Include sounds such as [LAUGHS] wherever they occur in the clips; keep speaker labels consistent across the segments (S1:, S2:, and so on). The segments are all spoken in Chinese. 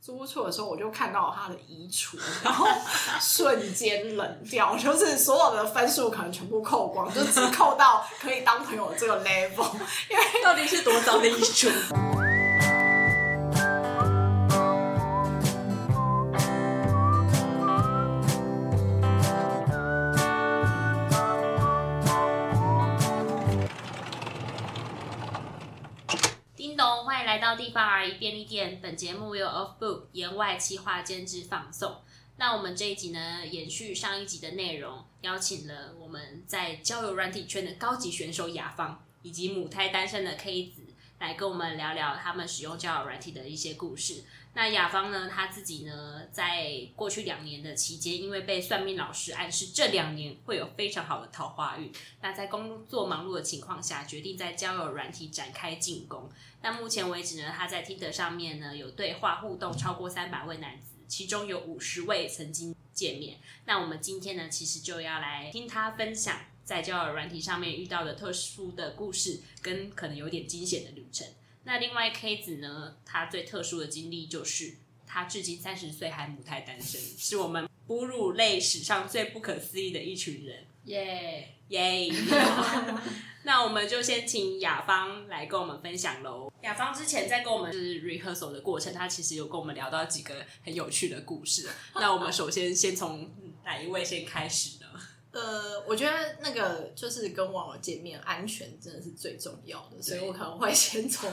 S1: 租处的时候，我就看到他的衣橱，然后瞬间冷掉，就是所有的分数可能全部扣光，就只扣到可以当朋友这个 level。因为
S2: 到底是多糟的遗嘱？
S3: 叮咚，欢迎来到地方而已便利店。本节目由 Off Book 言外企划监制放送。那我们这一集呢，延续上一集的内容，邀请了我们在交友软体圈的高级选手雅芳，以及母胎单身的 K 子，来跟我们聊聊他们使用交友软体的一些故事。那雅芳呢，她自己呢，在过去两年的期间，因为被算命老师暗示这两年会有非常好的桃花运，那在工作忙碌的情况下，决定在交友软体展开进攻。那目前为止呢，他在 Tinder 上面呢有对话互动超过三百位男子，其中有五十位曾经见面。那我们今天呢，其实就要来听他分享在交友软体上面遇到的特殊的故事，跟可能有点惊险的旅程。那另外 K 子呢，他最特殊的经历就是他至今三十岁还母胎单身，是我们哺乳类史上最不可思议的一群人。
S2: 耶、
S3: 耶！那我们就先请雅芳来跟我们分享喽。雅芳之前在跟我们就是 rehearsal 的过程，她其实有跟我们聊到几个很有趣的故事。那我们首先先从哪一位先开始呢？
S1: 呃，我觉得那个就是跟网友见面，安全真的是最重要的，所以我可能会先 [LAUGHS] 从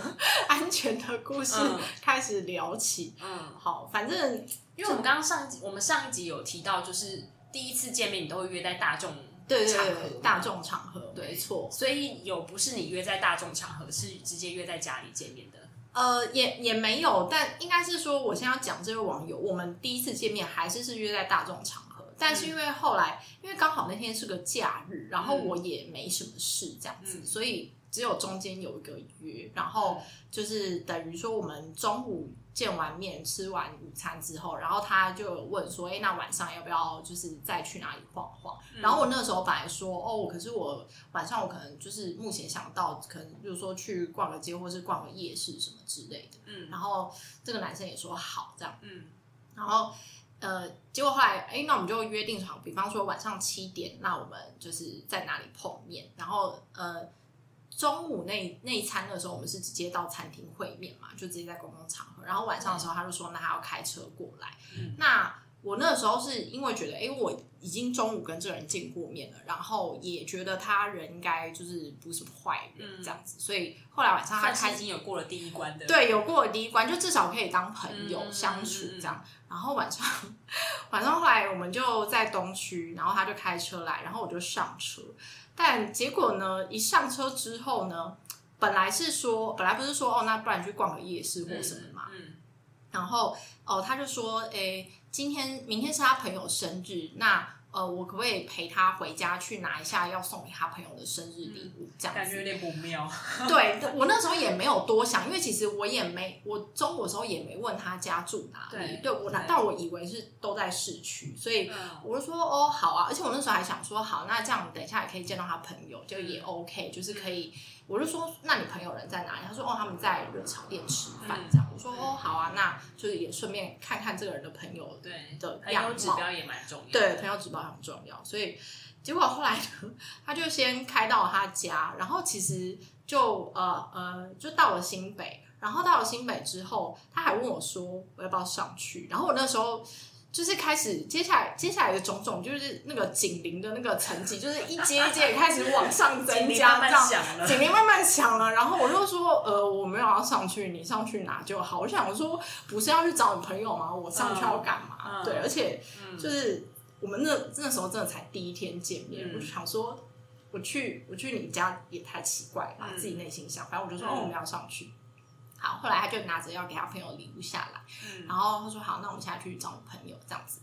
S1: 安全的故事
S3: 嗯
S1: [LAUGHS] 开始聊起。
S3: 嗯，
S1: 好，反正
S2: 因为我们刚刚上一集，我们上一集有提到，就是第一次见面你都会约在大众，
S1: 对对
S2: 场
S1: 对
S2: 合
S1: 对，大众场合，
S2: 对
S1: 没错。
S2: 所以有不是你约在大众场合，是直接约在家里见面的。
S1: 呃，也也没有，但应该是说，我现在要讲这位网友，我们第一次见面还是是约在大众场合，但是因为后来，因为刚好那天是个假日，然后
S2: 嗯
S1: 我也没什么事这样子，
S2: 嗯
S1: 所以只有中间有一个约，然后就是等于说我们中午见完面、吃完午餐之后，然后他就有问说，哎、那晚上要不要就是再去哪里晃晃？然后我那时候本来说，哦，可是我晚上我可能就是目前想到，可能比如说去逛个街，或是逛个夜市什么之类的。
S2: 嗯
S1: 然后这个男生也说好这样，
S2: 嗯
S1: 然后呃，结果后来，哎，那我们就约定好，比方说晚上七点，那我们就是在哪里碰面，然后呃。中午那那一餐的时候，我们是直接到餐厅会面嘛，就直接在公共场合。然后晚上的时候，他就说那他要开车过来。
S2: 嗯
S1: 那我那时候是因为觉得，哎、我已经中午跟这个人见过面了，然后也觉得他人应该就是不是坏人
S2: 嗯
S1: 这样子，所以后来晚上他
S2: 算
S1: 开
S2: 是已经有过了第一关的。，
S1: 对，有过我第一关，就至少可以当朋友
S2: 嗯
S1: 相处
S2: 嗯嗯
S1: 这样。然后晚上，晚上后来我们就在东区，然后他就开车来，然后我就上车。但结果呢，一上车之后呢，本来是说，本来不是说哦，那不然去逛个夜市或什么嘛。
S2: 嗯
S1: 然后哦，他就说，诶，今天明天是他朋友生日，那呃，我可不可以陪他回家去拿一下要送给他朋友的生日礼物？这样子
S2: 感觉有点不妙。 [LAUGHS]
S1: 对我那时候也没有多想，因为其实我也没，我中午的时候也没问他家住哪里，对
S2: 对
S1: 我
S2: 对
S1: 但我以为是都在市区，所以
S2: 嗯
S1: 我就说哦好啊，而且我那时候还想说好，那这样等一下也可以见到他朋友，就
S2: 嗯
S1: 也 OK，就是可以，我就说那你朋友人在哪里？他说哦他们在热炒店吃饭
S2: 嗯
S1: 这样，我说哦好啊，那就是也顺便看看这个人的朋友
S2: 对，
S1: 的
S2: 朋
S1: 样
S2: 友
S1: 貌，
S2: 指标也蛮重要的。
S1: 对，朋友指标很重要，所以结果后来呢，他就先开到他家，然后其实就呃呃，就到了新北，然后到了新北之后，他还问我说我要不要上去，然后我那时候。就是开始，接下来接下来的种种，就是那个警铃的那个层级，就是一阶一阶地开始往上
S2: 警
S1: 增
S2: 铃
S1: 加，
S2: 慢慢
S1: 这样
S2: 响了
S1: 警铃慢慢响了，然后我就说，呃，我没有要上去，你上去拿就好。我想说，不是要去找你朋友吗？我上去要干嘛？
S2: 嗯嗯
S1: 对，而且
S2: 嗯
S1: 就是我们那那时候真的才第一天见面，
S2: 嗯
S1: 我就想说，我去我去你家也太奇怪了吧，
S2: 嗯
S1: 自己内心想，反正我就
S2: 嗯
S1: 说、哦，我们要上去。好，后来他就拿着要给他朋友礼物下来，
S2: 嗯
S1: 然后他说好，那我们现在去找我朋友这样子。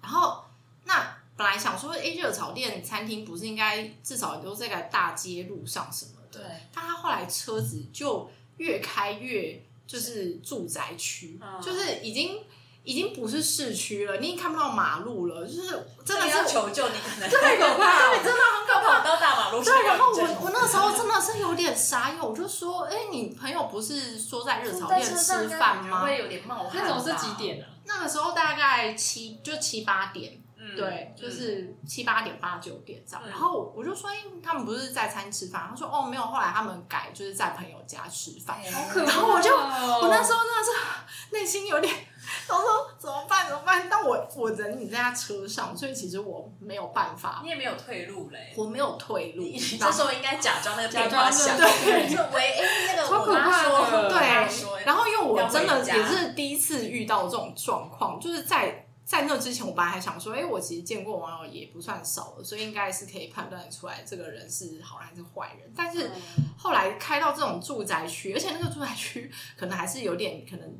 S1: 然后那本来想说，哎，热炒店餐厅不是应该至少都在个大街路上什么的？
S2: 对，
S1: 但他后来车子就越开越就是住宅区，
S2: 嗯
S1: 就是已经已经不是市区了，你已经看不到马路了，就是真的
S3: 你要
S1: 是
S3: 求救，你可能
S1: 太可怕了，真的很可
S3: 要
S1: 怕
S3: 跑。到大马路上
S1: 对，然后我
S3: 这样
S1: 我那时候真的是有点傻眼，我就说，哎、你朋友不是说在热炒
S3: 在
S1: 店
S3: 车上
S1: 吃
S3: 应该
S1: 饭
S3: 感觉
S1: 吗？
S3: 会有点冒汗。
S4: 那种是几？点啊？
S1: 那个时候大概七就七八点，
S3: 嗯
S1: 对，就是七八点八九点这样。
S3: 嗯
S1: 然后我我就说，哎、他们不是在餐吃饭？他说，哦，没有，后来他们改就是在朋友家吃饭。
S3: 好
S1: 然后我就我
S3: 哦
S4: 我
S1: 那时候真的是内心有点，我说怎么办怎么办？但我我人已经在车上，所以其实我没有办法，
S3: 你也没有退路嘞。
S1: 我没有退路。
S3: 你这
S1: 然
S3: 时
S1: 后
S3: 候应该假装那个
S4: 假
S3: 电
S4: 装
S3: 话
S4: 那个
S3: 响，
S4: 对
S3: 就喂，哎，那个
S4: 超
S3: 我
S4: 可
S3: 妈
S4: 怕
S3: 说，哎
S4: 的
S3: 我妈说
S1: 对，然后因为我真
S3: 要
S1: 的
S3: 回家
S1: 也是第一次遇到这种状况，就是在在那之前，我本来还想说，哎、我其实见过网友也不算少了，所以应该是可以判断出来这个人是好人还是坏人。但
S3: 嗯
S1: 是后来开到这种住宅区，而且那个住宅区可能还是有点可能。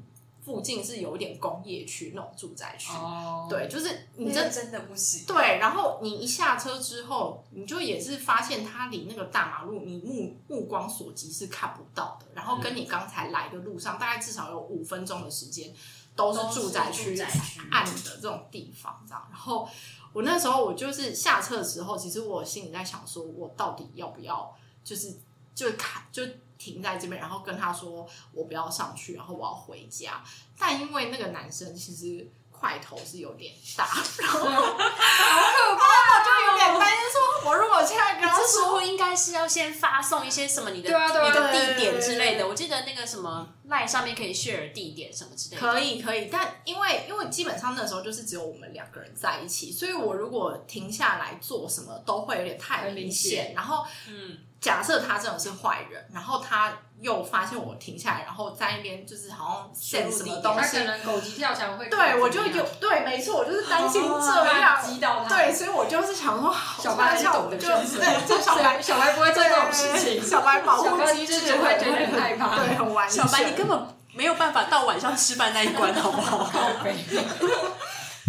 S1: 附近是有点工业区那种住宅区，
S4: 哦，
S1: 对，就是你
S3: 你
S1: 真
S3: 这真的不行。
S1: 对，然后你一下车之后，你就也是发现它离那个大马路，你目目光所及是看不到的。然后跟你刚才来的路上，大概至少有五分钟的时间，都是住宅
S3: 都
S1: 区
S3: 是住宅区
S1: 暗的这种地方，这样。然后我那时候我就是下车的时候，其实我心里在想说，我到底要不要就是就看就停在这边，然后跟他说我不要上去，然后我要回家。但因为那个男生其实块头是有点大， [LAUGHS] 然后啊好可怕，我哦哎就有点担心说，我如果现在跟他
S5: 这时
S1: 说
S5: 候应该是要先发送一些什么你的
S4: 对啊对啊
S5: 你的
S1: 对
S5: 地点之类
S1: 对
S5: 的。我记得那个什么赖上面可以 share 地点什么之类的。
S1: 可以可以，但因为因为基本上那时候就是只有我们两个人在一起，所以我如果停下来做什么都会有点太
S4: 很明
S1: 明
S4: 显
S1: 显，然后
S3: 嗯，
S1: 假设他真的是坏人，然后他又发现我停下来，然后在那边就是好像 send 什么东
S4: 他
S1: 西
S4: 可，能狗急跳墙会，
S1: 对我就有对，没错，我就是担心这样。
S4: 击到他，
S1: 对，，所以我就是想说，
S4: 哦小白还是
S1: 像
S4: 懂
S1: 我
S4: 得
S1: 就
S4: 生存
S1: 对，就小
S4: [LAUGHS]
S1: 白
S4: 小白不会做这种事情，
S1: 小白保
S4: 啊小
S1: 护
S4: 白
S1: 机
S4: 就
S1: 制
S4: 只会觉得很害怕
S1: 对，很完整。
S3: 小白，你根本没有办法到晚上吃饭那一关，好不 [LAUGHS] 好？
S4: 靠背，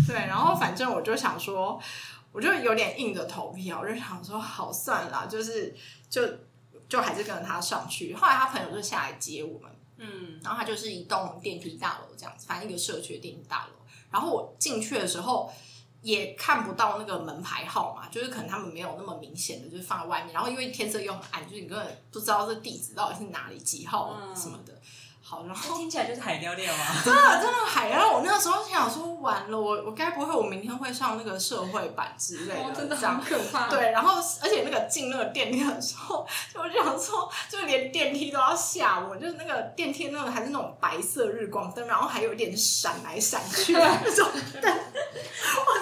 S1: 对，然后反正我就想说，我就有点硬着头皮啊，我就想说，好算了，就是就就还是跟着他上去。后来他朋友就下来接我们，
S3: 嗯，
S1: 然后它就是一栋电梯大楼这样子，反正一个社区的电梯大楼。然后我进去的时候也看不到那个门牌号码，就是可能他们没有那么明显的，就是放在外面。然后因为天色又很暗，就是你根本不知道这地址到底是哪里几号
S3: 嗯
S1: 什么的。好，然后
S3: 听起来就是海尿尿 [LAUGHS] 啊。
S1: 真的真的海，然后我那时候想说，完了，我我该不会我明天会上那个社会版之类
S4: 哦
S1: 的，
S4: 真的
S1: 这样
S4: 很可怕，，
S1: 对，然后而且那个进那个电梯的时候，就我就想说，就连电梯都要吓我，就是那个电梯那个还是那种白色日光灯，然后还有点闪来闪去的那种灯，
S4: 好可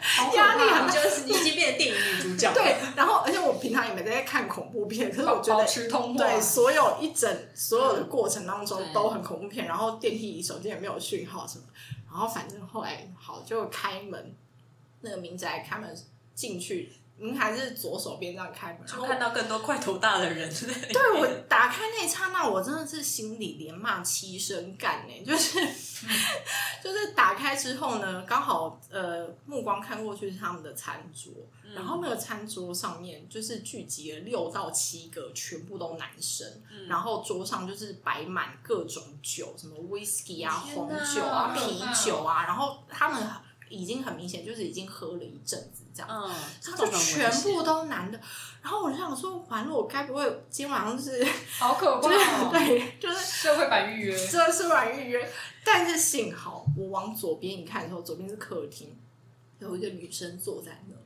S4: 怕
S1: 压力很
S3: 你 [LAUGHS] 就是你已经变成电影女主角。
S1: 对，然后而且我平常也没在看恐怖片，可是我觉
S4: 保
S1: 得。
S4: 持通话，
S1: 对，所有一整所有的过程当中
S5: 对
S1: 都很恐怖片，然后电梯里手机也没有讯号什么，然后反正后来好就开门，那个民宅开门进去，您还是左手边这样开门，然
S3: 就
S1: 后
S3: 看到更多块头大的人，
S1: [LAUGHS] 对
S3: [LAUGHS]
S1: 我打开那一刹那，我真的是心里连骂七声干呢、 [LAUGHS] 就是就是打开之后呢，刚好呃目光看过去是他们的餐桌，
S3: 嗯
S1: 然后那个餐桌上面就是聚集了六到七个，全部都男生，
S3: 嗯
S1: 然后桌上就是摆满各种酒，什么 whisky 啊、
S3: 天
S1: 红
S3: 哪
S1: 酒啊、
S4: 好可
S1: 啤
S4: 怕
S1: 酒啊，然后他们已经很明显就是已经喝了一阵子这样
S3: 啊
S1: 子
S5: 嗯，
S1: 他就全部都男的，然后我就想说，完了，我该不会今天晚上就是
S4: 好可怕、哦，
S1: 对，就是
S4: 社会版预约，
S1: 真的是软预约。但是幸好我往左边一看的时候，左边是客厅，有一个女生坐在那里。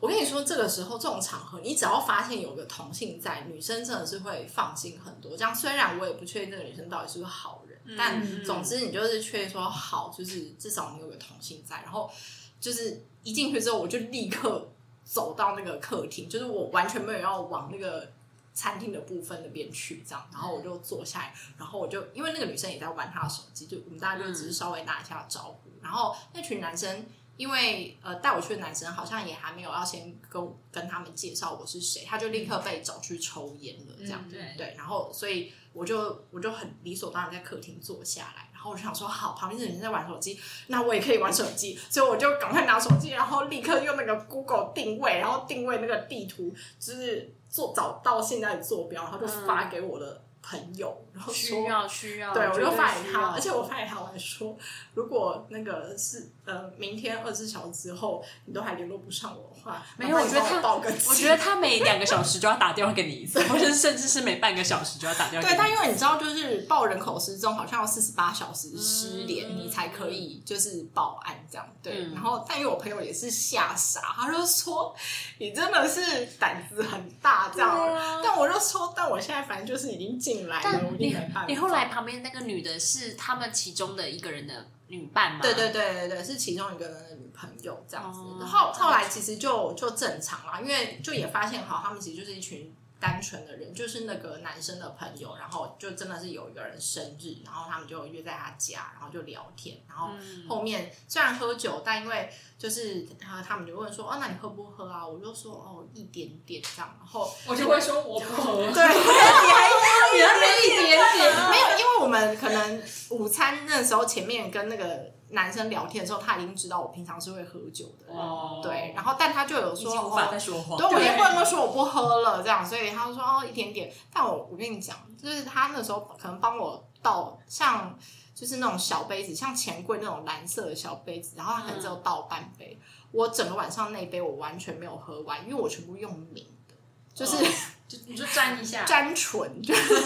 S1: 我跟你说，这个时候这种场合，你只要发现有个同性在，女生真的是会放心很多。这样虽然我也不确定这个女生到底是不是好人，但
S4: 嗯
S1: 总之你就是确定说好，就是至少你有个同性在。然后就是一进去之后，我就立刻走到那个客厅，就是我完全没有要往那个餐厅的部分那边去，这样，然后我就坐下来，然后我就因为那个女生也在玩她的手机，就我们大家就只是稍微打一下招呼，然后那群男生。因为呃，带我去的男生好像也还没有要先跟我跟他们介绍我是谁，他就立刻被找去抽烟了，这样、
S4: 嗯
S5: 对，
S1: 对，然后所以我就我就很理所当然在客厅坐下来，然后我就想说，好，旁边的人在玩手机，那我也可以玩手机，所以我就赶快拿手机，然后立刻用那个 Google 定位，然后定位那个地图，就是做找到现在的坐标，然后就发给我的朋友，然后
S5: 嗯需
S1: 说
S5: 要需要，
S1: 对，我
S5: 绝
S1: 就发
S5: 需
S1: 给
S5: 要
S1: 他，而且我发给他，我还说，如果那个是呃，明天二十四小时之后你都还联络不上我的话，
S5: 没
S1: 麻
S5: 有我
S1: 烦你
S5: 觉得
S1: 帮
S5: 他
S1: 报个警
S3: 我觉得他每两个小时就要打电话给你一次，或者甚至是每半个小时就要打电话
S1: 对，
S3: 给你一
S1: 但
S3: 次。
S1: 因为你知道，就是报人口失踪，好像要四十八小时失联，
S3: 嗯
S1: 你才可以就是报案这样。对，
S3: 嗯
S1: 然后但因为我朋友也是吓傻，他就说你真的是胆子很大这样。
S5: 对啊
S1: 但我就说，但我现在反正就是已经进来了，我
S5: 但
S1: 已经
S5: 你
S1: 没办法。
S5: 你后来旁边那个女的是他们其中的一个人的女伴吗？
S1: 对对对对对，是其中一个人的女朋友这样子。
S5: 哦
S1: 后后来其实就就正常啦，因为就也发现好，他们其实就是一群单纯的人，就是那个男生的朋友，然后就真的是有一个人生日，然后他们就约在他家，然后就聊天，然后
S5: 嗯，
S1: 后面虽然喝酒，但因为就是呃他们就问说哦，那你喝不喝啊？我就说哦一点点这样，然后
S4: 我就会说我不 [LAUGHS] 喝。
S1: 对，你还
S4: 原来一点点，
S1: 没有，因为我们可能午餐那时候前面跟那个男生聊天的时候，他已经知道我平常是会喝酒的人，
S3: 哦
S1: 对。然后但他就有
S3: 已
S1: 说，
S3: 经无法
S1: 哦
S3: 再说话。
S1: 对，我也不能够说我不喝了这样，所以他就说哦一点点。但我我跟你讲，就是他那时候可能帮我倒像就是那种小杯子，像钱柜那种蓝色的小杯子，然后他可能只有倒半杯。
S3: 嗯
S1: 我整个晚上那一杯我完全没有喝完，因为我全部用抿的，就是
S3: 哦
S4: 就你就沾一下，
S1: 沾唇，就是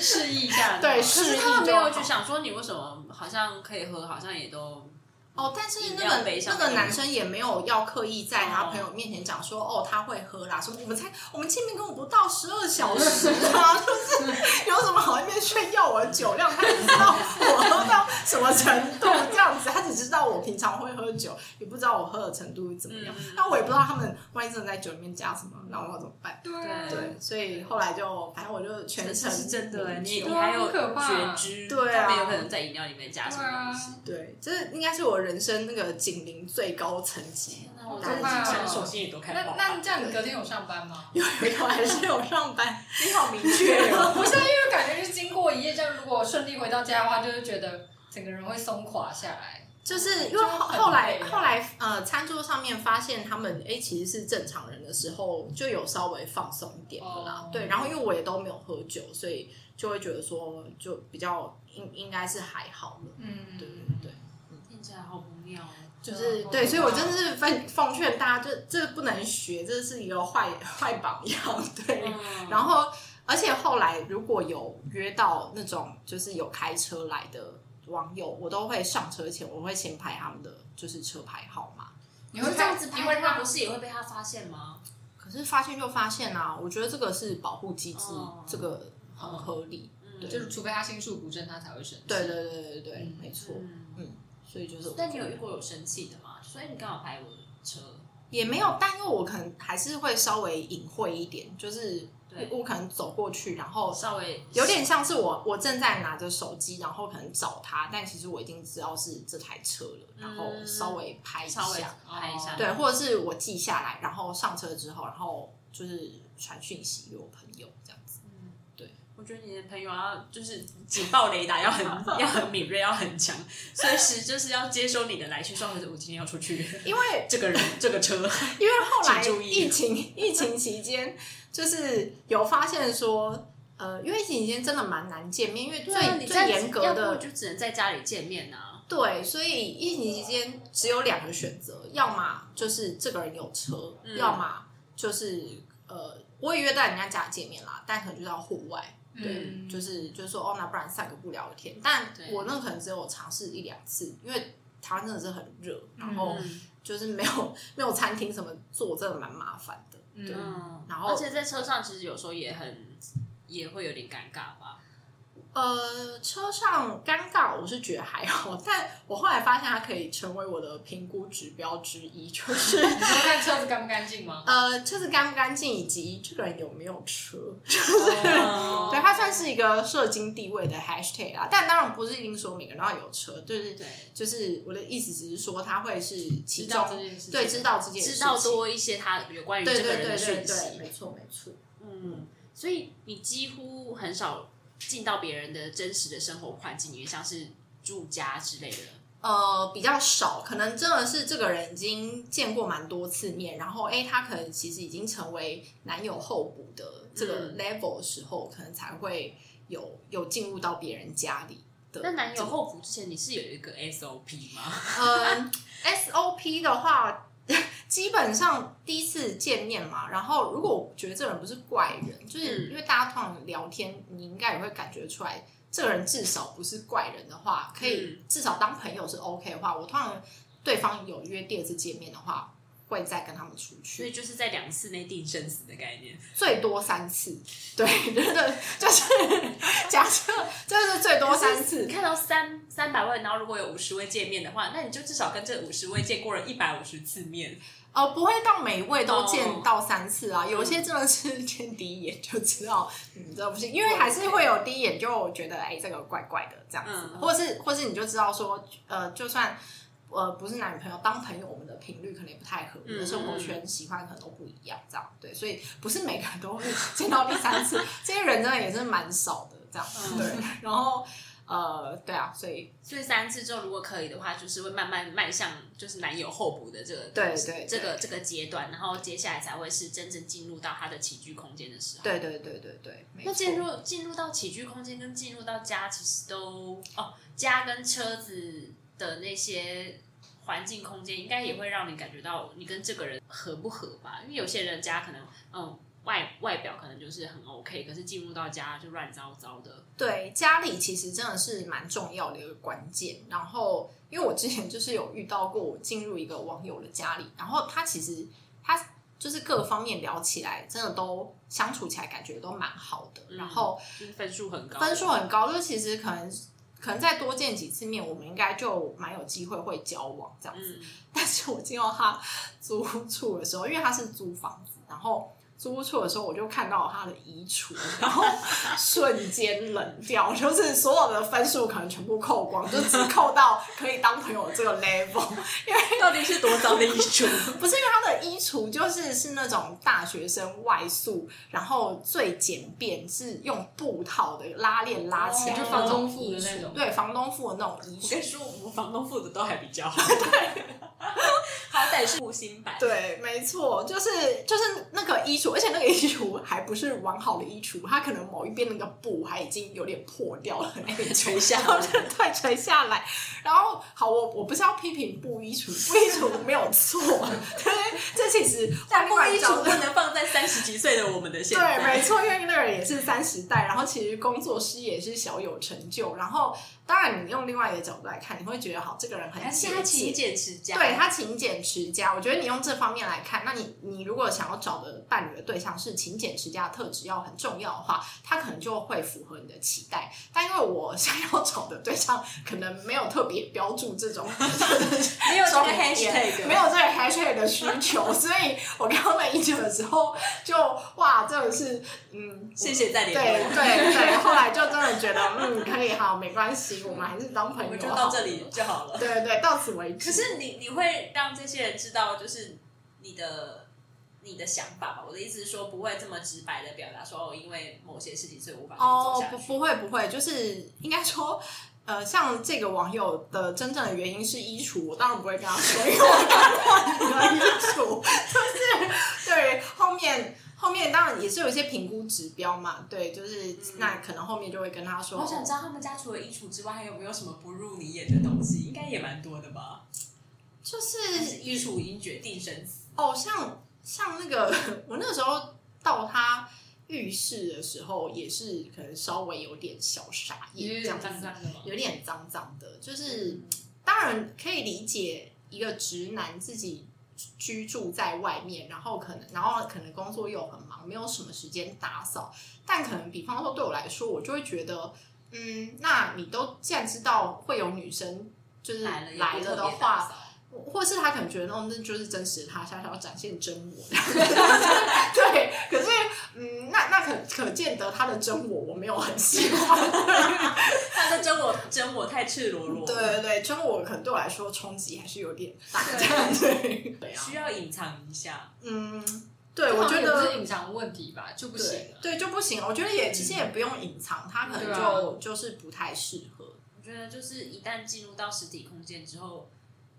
S4: 试试一下。
S1: 对
S5: 可
S1: 示
S5: 是
S1: 意
S5: 他们没
S1: 就
S5: 有
S1: 好
S5: 就想说你为什么好像可以喝，好像也都
S1: 哦，但是那
S3: 饮料
S1: 个
S3: 杯上
S1: 那
S3: 的
S1: 个
S3: 那
S1: 男
S3: 种
S1: 生也没有要刻意在他
S3: 哦
S1: 朋友面前讲说，哦，他会喝啦，什么我们才我们见面根本不到十二小时啊， [LAUGHS] 就是有什么好一面炫耀我的酒量，他也不知道我喝到什么程度这样子，他只知道我平常会喝酒，也不知道我喝的程度怎么样，
S3: 嗯
S1: 那、我也不知道他们万一真的在酒里面加什么，那我要怎么办？
S4: 对
S1: 对，所以后来就反正我就全程
S3: 嗯是真的欸，
S1: 饮
S3: 你
S1: 酒
S3: 你还有
S4: 好可怕
S3: 觉知，
S1: 对啊
S3: 他们有可能在饮料里面加什
S4: 对
S3: 么
S4: 啊
S3: 东西。
S1: 对，这应该是我人生那个警铃最高层级。
S3: 那我
S4: 真的
S1: 啊
S3: 想
S4: 想
S3: 手
S4: 手
S3: 心也都开
S4: 那那这样你隔天有上班吗？
S1: 有 [LAUGHS] 有还是有上班，
S3: 你好明确哦。
S4: [LAUGHS] 不是，啊因为感觉就是经过一夜，这样如果顺利回到家的话，就是觉得整个人会松垮下来。
S1: 就是因为
S4: 就
S1: 后
S4: 很
S1: 后来
S4: 累啊
S1: 后来呃，餐桌上面发现他们哎、诶其实是正常人的时候，就有稍微放松一点了啦。
S4: 哦
S1: 对，然后因为我也都没有喝酒，所以就会觉得说就比较应应该是还好了。
S4: 嗯
S1: 对对对，
S5: 听起来好不妙哦。
S1: 就是
S4: 嗯
S1: 对，所以我真的
S4: 好
S1: 是奉奉劝大家，就这不能学，这是一个坏坏榜样。 [LAUGHS] 对，
S5: 嗯
S1: 然后，而且后来如果有约到那种就是有开车来的网友，我都会上车前我会先拍他们的就是车牌号码。
S4: 你
S5: 你会
S4: 会
S5: 这样子
S4: 你
S5: 拍
S4: 会
S5: 他，
S4: 让
S5: 不是也会被他发现吗？
S1: 可是发现就发现啊，我觉得这个是保护机制，
S5: 哦
S1: 这个很合理。
S5: 嗯
S1: 对
S4: 就是除非他心术不正，他才会生气。
S1: 对对对对对，
S4: 嗯
S1: 没错。
S5: 嗯
S1: 所以就是，
S5: 但你有遇过有生气的吗？所以你刚好拍我的车，
S1: 也没有，但因为我可能还是会稍微隐晦一点，就是
S5: 对
S1: 我可能走过去，然后
S5: 稍微
S1: 有点像是我我正在拿着手机，然后可能找他，但其实我已经知道是这台车了，然后稍微拍一
S5: 嗯稍微
S1: 下，
S5: 拍一下，
S1: 对，或者是我记下来，然后上车之后，然后就是传讯息给我朋友这样子。
S3: 我觉得你的朋友要就是警报雷达要很要很敏锐，要很强，随时就是要接收你的来去说，我今天要出去，
S1: 因为
S3: [LAUGHS] 这个人这个车，
S1: 因为后来
S3: 请注意
S1: 疫情疫情期间，就是有发现说，呃，因为疫情期间真的蛮难见面，因为最、
S5: 对啊你
S1: 最
S5: 在
S1: 严格
S5: 要
S1: 的
S5: 不就只能在家里见面啊。
S1: 对，所以疫情期间只有两个选择，要么就是这个人有车，
S5: 嗯
S1: 要么就是呃，我也约在人家家见面啦，但可能就是到户外，
S4: 嗯，
S1: 就是就是说哦，那不然散个不聊个天。但
S5: 对
S1: 我那可能只有尝试一两次，因为台湾真的是很热，然后
S5: 嗯
S1: 就是 [LAUGHS] 没有、没有餐厅什么做，真的蛮麻烦的。对，
S5: 嗯，
S1: 然后
S5: 而且在车上其实有时候也很也会有点尴尬吧。
S1: 呃，车上尴尬我是觉得还好，但我后来发现它可以成为我的评估指标之一，就是。
S4: 你说看车子干不干净
S1: [LAUGHS]
S4: 吗？
S1: 呃，就是干不干净以及这个人有没有车，
S4: 哦
S1: 对，它算是一个社经地位的 hashtag 啦。但当然不是一定说每个人都要有车，就是
S5: 对，
S1: 就是我的意思，只是说他会是其
S4: 知道这
S1: 中
S4: 件事情，
S1: 对知道这件事
S5: 知道
S1: 情，
S5: 多一些他有关于
S1: 对
S5: 这
S1: 对
S5: 个
S1: 对
S5: 人的
S1: 对
S5: 讯
S1: 对，
S5: 息。
S1: 没错没错。
S5: 嗯，所以你几乎很少进到别人的真实的生活环境里面，像是住家之类的。
S1: 呃比较少，可能真的是这个人已经见过蛮多次面，然后哎，他可能其实已经成为男友候补的这个
S3: 嗯
S1: level 的时候，可能才会有有进入到别人家里的。
S3: 呃
S5: 那男友
S1: 后，
S5: 候补之前，你是有一个 SOP 吗？
S1: 嗯、SOP 的话。基本上第一次见面嘛，然后如果我觉得这个人不是怪人，就是
S5: 嗯
S1: 因为大家通常聊天，你应该也会感觉出来，这个人至少不是怪人的话，可以至少当朋友是 OK 的话，我通常对方有约第二次见面的话，会再跟他们出
S3: 所以
S1: 去，
S3: 就是在两次内定生死的概念。
S1: 最多三次。对，真的就是 [LAUGHS] 假设真的是最多三
S3: 你
S1: 次。
S3: 看到三三百位，然后如果有五十位见面的话，那你就至少跟这五十位见过了一百五十次面。
S1: 哦，不会到每一位都
S3: 哦
S1: 见到三次啊，有些真的是见第一眼就知道，嗯，这不行，因为还是会有第一眼就觉得，哎、这个怪怪的这样子，
S3: 嗯
S1: 或是或是你就知道说，呃，就算呃不是男女朋友，当朋友我们的频率可能也不太合，
S3: 嗯
S1: 我们的生活圈喜欢可能都不一样，这样对，所以不是每个人都会见到第三
S3: [LAUGHS]
S1: 次，这些人真的也是蛮少的这样，
S3: 嗯
S1: 对，然后呃，对啊，所以
S3: 所以三次之后，如果可以的话，就是会慢慢迈向就是男友候补的这个
S1: 对对
S3: 这个这个阶段，然后接下来才会是真正进入到他的起居空间的时候。
S1: 对对对对对，没
S3: 那
S1: 错
S3: 进入进入到起居空间跟进入到家，其实都哦，家跟车子的那些环境空间，应该也会让你感觉到你跟这个人合不合吧？因为有些人家可能嗯外外表可能就是很 OK，可是进入到家就乱糟糟的。
S1: 对，家里其实真的是蛮重要的一个关键。然后，因为我之前就是有遇到过，我进入一个网友的家里，然后他其实他就是各方面聊起来，真的都相处起来感觉都蛮好的。然后
S3: 就是分数很高，
S1: 分数很高，就其实可能可能再多见几次面，我们应该就蛮有机会会交往这样子。
S3: 嗯，
S1: [LAUGHS] 但是我进到他租屋处的时候，因为他是租房子，然后租屋处的时候，我就看到他的衣橱，然后瞬间冷掉，就是所有的分数可能全部扣光，就只扣到可以当朋友的这个 level。 [LAUGHS]
S3: 到底是多糟的一出？
S1: 不是因为他的衣橱就是是那种大学生外宿，然后最简便是用布套的拉链拉起来
S4: 哦
S1: 那
S4: 就
S1: 种衣橱，
S4: 房东付的那种
S1: 对，房东付的那种衣
S3: [LAUGHS] 我跟
S1: 橱
S3: 你。说，我们房东付的都还比较好，好歹是五星版，
S1: 对，没错，就是就是那个衣橱，而且那个衣橱还不是完好的衣橱，它可能某一边那个布还已经有点破掉了，
S3: [LAUGHS] 被垂下
S1: 然后
S3: 来
S1: 就。对垂下来。然后好，我我不是要批评布衣橱，布衣橱没有错，对，这其实
S3: 但
S1: 布衣橱
S3: 不能放在三十几岁的我们的现
S1: 对，
S3: 在。
S1: 没错，因为那个人也是三十代，然后其实工作事业也是小有成就，然后当然你用另外一个角度来看，你会觉得好，这个人很
S3: 还是
S1: 节
S3: 他勤
S1: 俭，
S3: 俭持家，
S1: 对他勤俭持家，我觉得你用这方面来看，那你你如果想要找的伴侣的对象是勤俭持家的特质要很重要的话，他可能就会符合你的期待。但因为我 [LAUGHS] 想要找的对象可能没有特别标注这种
S3: 没有这个
S1: 重点
S3: hashtag，
S1: 没有这个 hashtag 的需求，所以我刚刚在一九的时候就哇，真的是嗯，
S3: 谢谢再
S1: 对
S3: 联络
S1: 对对，后来就真的觉得嗯，可以好，没关系，我们还是当朋
S3: 我，
S1: 友好，
S3: 我们就到这里就好了。
S1: 对对对，到此为止。
S3: 可是你你会让这些人知道，就是你的你的想法吧？我的意思是说，不会这么直白的表达说哦，因为某些事情所以无法跟你走
S1: 哦，
S3: 下
S1: 不
S3: 去。
S1: 不会不会，就是应该说，呃，像这个网友的真正的原因是衣橱，我当然不会跟他说，因为我看过你的衣橱，就是对后面。后面当然也是有一些评估指标嘛，对，就是、
S3: 嗯
S1: 那可能后面就会跟他说，
S3: 我想知道他们家除了衣橱之外，还有没有什么不入你眼的东西？应该也蛮多的吧？
S1: 就是
S3: 衣橱已经决定生死，
S1: 哦，像像那个我那时候到他浴室的时候，也是可能稍微有点小傻眼
S4: 也
S1: 这样
S4: 讲
S1: 子，
S4: 脏脏的嘛。
S1: 有点脏脏的，就是、当然可以理解一个直男自己居住在外面，然后可能然后可能工作又很忙，没有什么时间打扫，但可能比方说对我来说，我就会觉得，嗯，那你都既然知道会有女生就是
S3: 来了也
S1: 嗯
S3: 不
S1: 来了
S3: 特别
S1: 的
S3: 打
S1: 话，
S3: 扫，
S1: 或是他可能觉得哦，那就是真实的他，他想要展现真
S3: [LAUGHS]
S1: 我。 [LAUGHS] 对，可是嗯，那那可可见得他的真我我没有很喜欢。
S3: [LAUGHS] 他的真我真我太赤裸裸，
S1: 对对对，真我可能对我来说冲击还是有点大。对对啊，
S3: 需要隐藏一下。
S1: 嗯，对，我觉
S4: 这好像也不
S1: 得
S4: 是隐藏问题吧，就不行啊
S1: 对对
S4: 了。
S1: 就不行了。我觉得也其实也不用隐藏，他可能
S4: 对啊
S1: 就就是不太适合。
S3: 我觉得就是一旦进入到实体空间之后，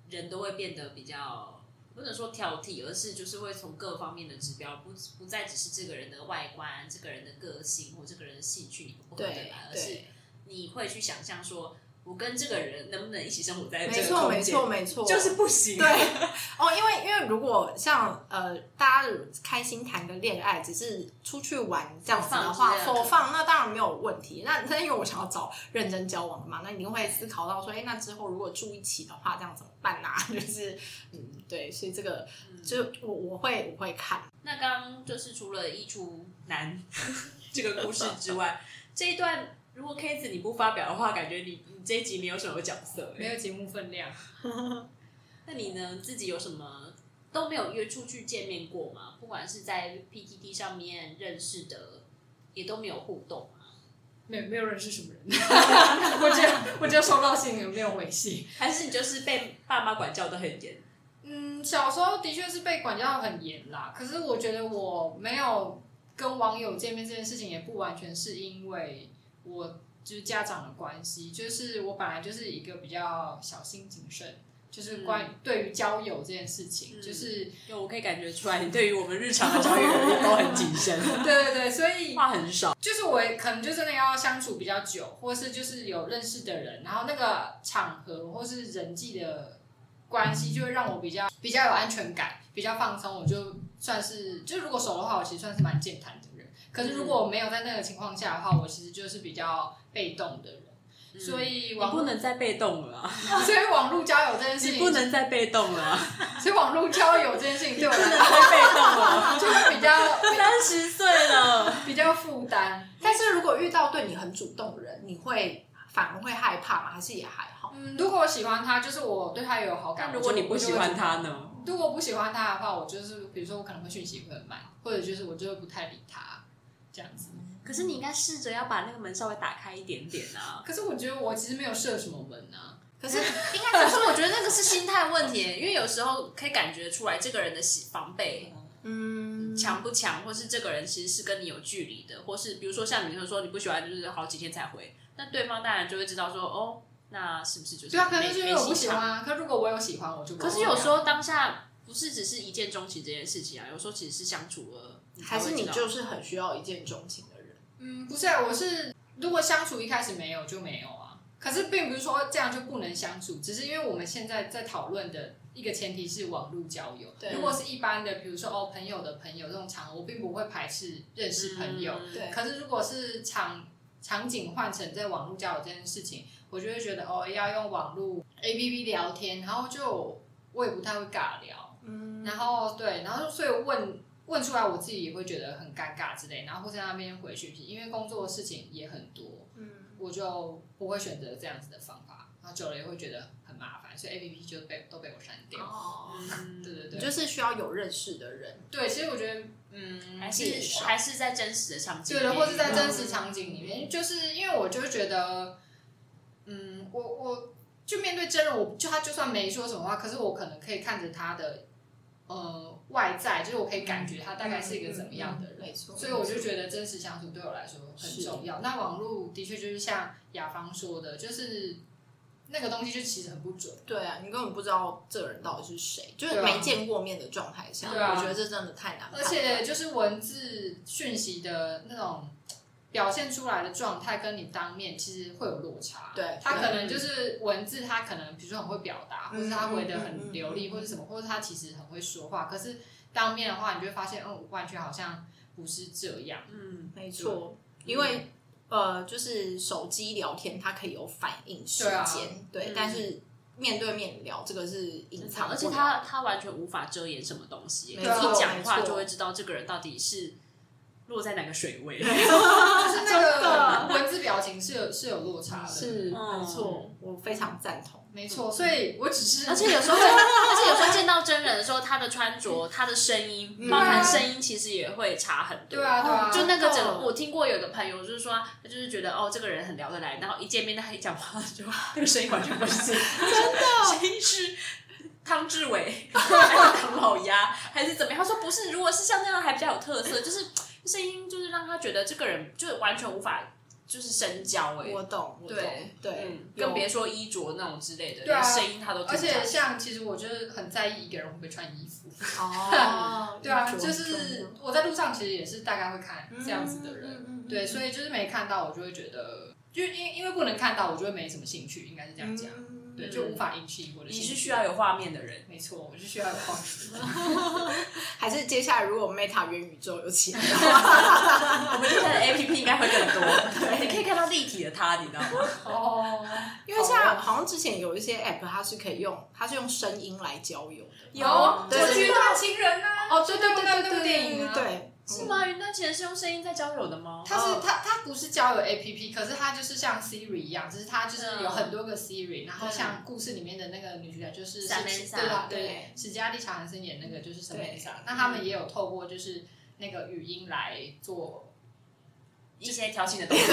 S3: 人都会变得比较不能说挑剔，而是就是会从各方面的指标，不不再只是这个人的外观、这个人的个性或这个人的兴趣，你不合得
S1: 对
S3: 来，而是
S1: 对，
S3: 你会去想象说，我跟这个人能不能一起生活在
S1: 没
S3: 这个
S1: 错没
S3: 空间？
S1: 错没错，
S3: 就是不行。
S1: 对，哦，因为因为如果像呃，大家开心谈个恋爱，只是出去玩这样子的话，
S3: 放之类的
S1: 否放那当然没有问题。那那因为我想要找认真交往的嘛，那你会思考到说，哎、那之后如果住一起的话，这样怎么办啊？ [LAUGHS] 就是嗯，对，所以这个
S3: 嗯
S1: 就我我会我会看，
S3: 那刚刚就是除了衣橱男 [LAUGHS] 这个故事之外，这一段如果 K 子你不发表的话，感觉你你这一集没有什么角色、欸
S4: 没有节目分量。
S3: 那你呢？自己有什么都没有约出去见面过吗？不管是在 PTT 上面认识的，也都没有互动吗？
S4: 没有没有人是什 [LAUGHS] 么人，我只有我只有收到信，有没有回信？
S3: 还是你就是被爸妈管教的很严？
S4: 嗯，小时候的确是被管教得很严啦，可是我觉得我没有跟网友见面这件事情，也不完全是因为我就是家长的关系，就是我本来就是一个比较小心谨慎，就是关于、对于交友这件事情，
S3: 嗯
S4: 就是
S3: 因为我可以感觉出来，你对于我们日常的教育都很谨慎， [LAUGHS]
S4: 对嗯对对，所 [LAUGHS] 以
S3: 话很少。
S4: 就是我可能就真的要相处比较久，或是就是有认识的人，然后那个场合或是人际的关系，就会让我比较比较有安全感，比较放松。我就算是就如果熟的话，我其实算是蛮健谈的人。可是如果我
S3: 嗯
S4: 没有在那个情况下的话，我其实就是比较被动的人。所以
S3: 嗯你
S4: 网
S3: 不能再被动了啊，
S4: 所以网络交友这件事
S3: 你
S4: 情，
S3: 不能再被动了啊，
S4: 所以网络交友这件事情对我来说
S3: 太被动了。啊
S4: 就会比较
S3: [LAUGHS] 三十岁了，
S4: 比较负担。
S1: 但是如果遇到对你很主动的人，你会反而会害怕吗？还是也还好？
S4: 嗯，如果我喜欢他，就是我对他有好感。
S3: 但如果你
S4: 我
S3: 不
S4: 就
S3: 喜欢，他呢？
S4: 我就会如果不喜欢他的话，我就是比如说我可能会讯息会很慢，或者就是我就会不太理他这样子。
S3: 可是你应该试着要把那个门稍微打开一点点啊。
S4: 可是我觉得我其实没有设什么门啊，
S1: 可是
S3: 应 [LAUGHS] 该，可是我觉得那个是心态问题，因为有时候可以感觉出来这个人的喜防备
S1: 嗯，
S3: 强不强，或是这个人其实是跟你有距离的，或是比如说像你就说你不喜欢，就是好几天才回，那对方当然就会知道说哦，那是不是就是
S4: 对啊，可能
S3: 没
S4: 就是因
S3: 没
S4: 为我不
S3: 戏
S4: 喜
S3: 唱
S4: 欢啊。可如果我有喜欢，我就不
S3: 可是
S4: 会啊
S3: 有
S4: 这样
S3: 时候当下不是只是一见钟情这件事情啊，有时候其实是相处了，才
S1: 还
S3: 会
S1: 是你
S3: 知道
S1: 就是很需要一见钟情的人？
S4: 嗯，不是啊，我是如果相处一开始没有就没有啊。可是并不是说这样就不能相处，只是因为我们现在在讨论的一个前提是网络交友。
S1: 对
S4: 如果是一般的，比如说哦朋友的朋友这种场合，我并不会排斥认识朋友。
S3: 嗯
S1: 对
S4: 可是如果是场场景换成在网络交友这件事情，我就会觉得哦，要用网络 A P P 聊天，然后就我也不太会尬聊，
S1: 嗯
S4: 然后对，然后所以问问出来，我自己也会觉得很尴尬之类，然后或在那边回讯息，因为工作的事情也很多，
S1: 嗯，
S4: 我就不会选择这样子的方法，然后久了也会觉得很麻烦，所以 A P P 就被都被我删掉。
S1: 哦，
S3: 嗯
S4: 对对
S1: 你
S4: 对，
S1: 就是需要有认识的人，
S4: 对，其实我觉得，嗯，
S3: 还
S4: 介绍
S3: 是还是在真实的场景里
S4: 对
S3: 面，
S4: 的，或是在真实场景里面，就是因为我就觉得，嗯，我我就面对真人，我就他就算没说什么话，可是我可能可以看着他的呃外在，就是我可以感觉他大概是一个怎么样的人，
S1: 没错。
S4: 所以我就觉得真实相处对我来说很重要。那网络的确就是像雅芳说的，就是那个东西就其实很不准。
S1: 对啊，你根本不知道这人到底是谁，就是
S4: 对啊
S1: 没见过面的状态下，
S4: 对啊
S1: 我觉得这真的太难判断。
S4: 而且就是文字讯息的那种表现出来的状态，跟你当面其实会有落差。
S1: 对
S4: 他可能就是文字，他可能比如说很会表达，
S1: 嗯
S4: 或者他回的
S1: 嗯嗯
S4: 很流利，
S1: 嗯
S4: 或者什么，或者他其实很会说话，可是当面的话，你就会发现，嗯，完全好像不是这
S1: [LAUGHS]
S4: 样。
S3: 嗯，
S1: 没错，因为呃，就是手机聊天它可以有反应时
S4: 对啊
S1: 间，对
S3: 嗯，
S1: 但是面对面聊这个是隐藏不了，
S3: 而且他他完全无法遮掩什么东西，
S1: 没
S3: 一
S4: 错
S3: 讲话
S1: 没错
S3: 就会知道这个人到底是落在哪个水位。
S4: 就是那个文字表情是有是有落差的，
S1: 是嗯
S3: 嗯
S1: 没错，我非常赞同。
S4: 没错。所以我只是，
S3: [LAUGHS] 而且有时候，而且有时候见到真人的时候，他的穿着、他的声音，
S1: 嗯
S3: 包含声音，其实也会差很多。
S4: 对啊对啊，
S3: 就那个整个，
S1: 哦
S3: 我听过有一个朋友，就是说他就是觉得哦，这个人很聊得来，然后一见面他一讲话就 [LAUGHS] 那个声音完全不是，真的声音是汤志 [LAUGHS] 伟还是唐老鸭还是怎么样？他说不是，如果是像那样还比较有特色，就是声音就是让他觉得这个人就完全无法就是深交哎、
S1: 我懂，我懂，
S3: 对
S1: 对，
S3: 嗯，
S1: 有
S3: 更别说衣着那种之类的，
S4: 对啊
S3: 连声音他都听
S4: 而
S3: 不下
S4: 且
S3: 去
S4: 像其实我就是很在意一个人会不会穿衣服，，
S1: 哦
S4: [LAUGHS] 对啊，
S1: 有
S4: 就是
S1: 有
S4: 我在路上其实也是大概会看这样子的
S1: 嗯
S4: 人，
S1: 嗯嗯嗯
S4: 对，所以就是没看到我就会觉得，就因因为不能看到，我就会没什么兴趣，应该是这样讲，
S1: 嗯
S4: 对，就无法引起我的
S3: 你
S4: 兴
S3: 是
S4: 趣。
S3: 需要有画面的人，
S4: 没错，我是需要有话题。
S1: 还是接下来如果 Meta 元宇宙有起来的话，
S3: [LAUGHS] 我们现在的 A P P 应该会更多， [LAUGHS] 你可以看到立体的他，你知道吗？
S4: 哦，
S1: 因为现在好像之前有一些 App 它是可以用，它是用声音来交友的。
S3: 有
S1: 哦对
S4: 我
S1: 对
S4: 去
S1: 对
S4: 大情人啊！
S1: 哦，对对对对
S4: 那部
S1: 对
S4: 电影
S1: 对
S4: 啊，
S1: 对，
S3: 是吗？云端情人是用声音在交友的吗？
S4: 它是
S1: 哦
S4: 它它不是交友 A P P，可是它就是像 Siri 一样，就是它就是有很多个 Siri，然后像故事里面的那个女主角就是是
S5: Samantha，
S4: 对吧？
S1: 对
S4: 对，史嘉丽·查兰森演那个就是
S1: 对
S4: Samantha，那他们也有透过就是那个语音来做，
S3: 一些调情的动作，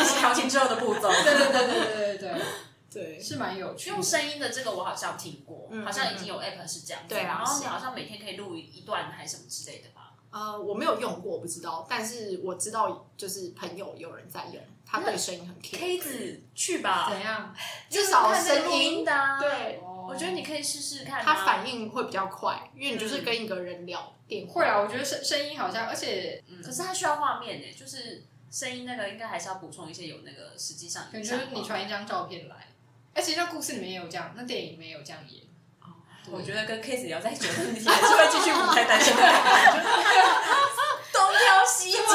S3: 一些调情之后的步骤。
S4: 对对对对对对
S1: 对
S4: 对，是蛮有趣的
S3: 用。声音的这个我好像听过，
S1: 嗯
S3: 好像已经有 app 是这样子，
S1: 对啊
S3: 然后你
S1: 是
S3: 好像每天可以录一段还是什么之类的吧？
S1: 呃，我没有用过，我不知道，但是我知道就是朋友有人在用，他对声音很 care，
S3: K 子去吧
S4: 怎，样？
S1: 至少
S3: 看那个
S1: 声
S3: 录音
S1: 音，
S3: 的、啊，，
S1: 对，
S4: 我
S3: 我觉得你可以试试看、啊。
S1: 他反应会比较快，因为你就是跟一个人聊电话。
S4: 会啊，我觉得声声音好像，而且嗯
S3: 可，是他需要画面呢、就是声音那个应该还是要补充一些有那个实际上
S4: 可能
S3: 影
S4: 就
S3: 响
S4: 是
S3: 吧。
S4: 你传一张照片来，而且那故事里面也有这样，那电影里面也有这样演。
S3: 我觉得跟 K 子聊在久了，你还是会继续母胎单身的感觉， [LAUGHS] 东挑西拣， [LAUGHS]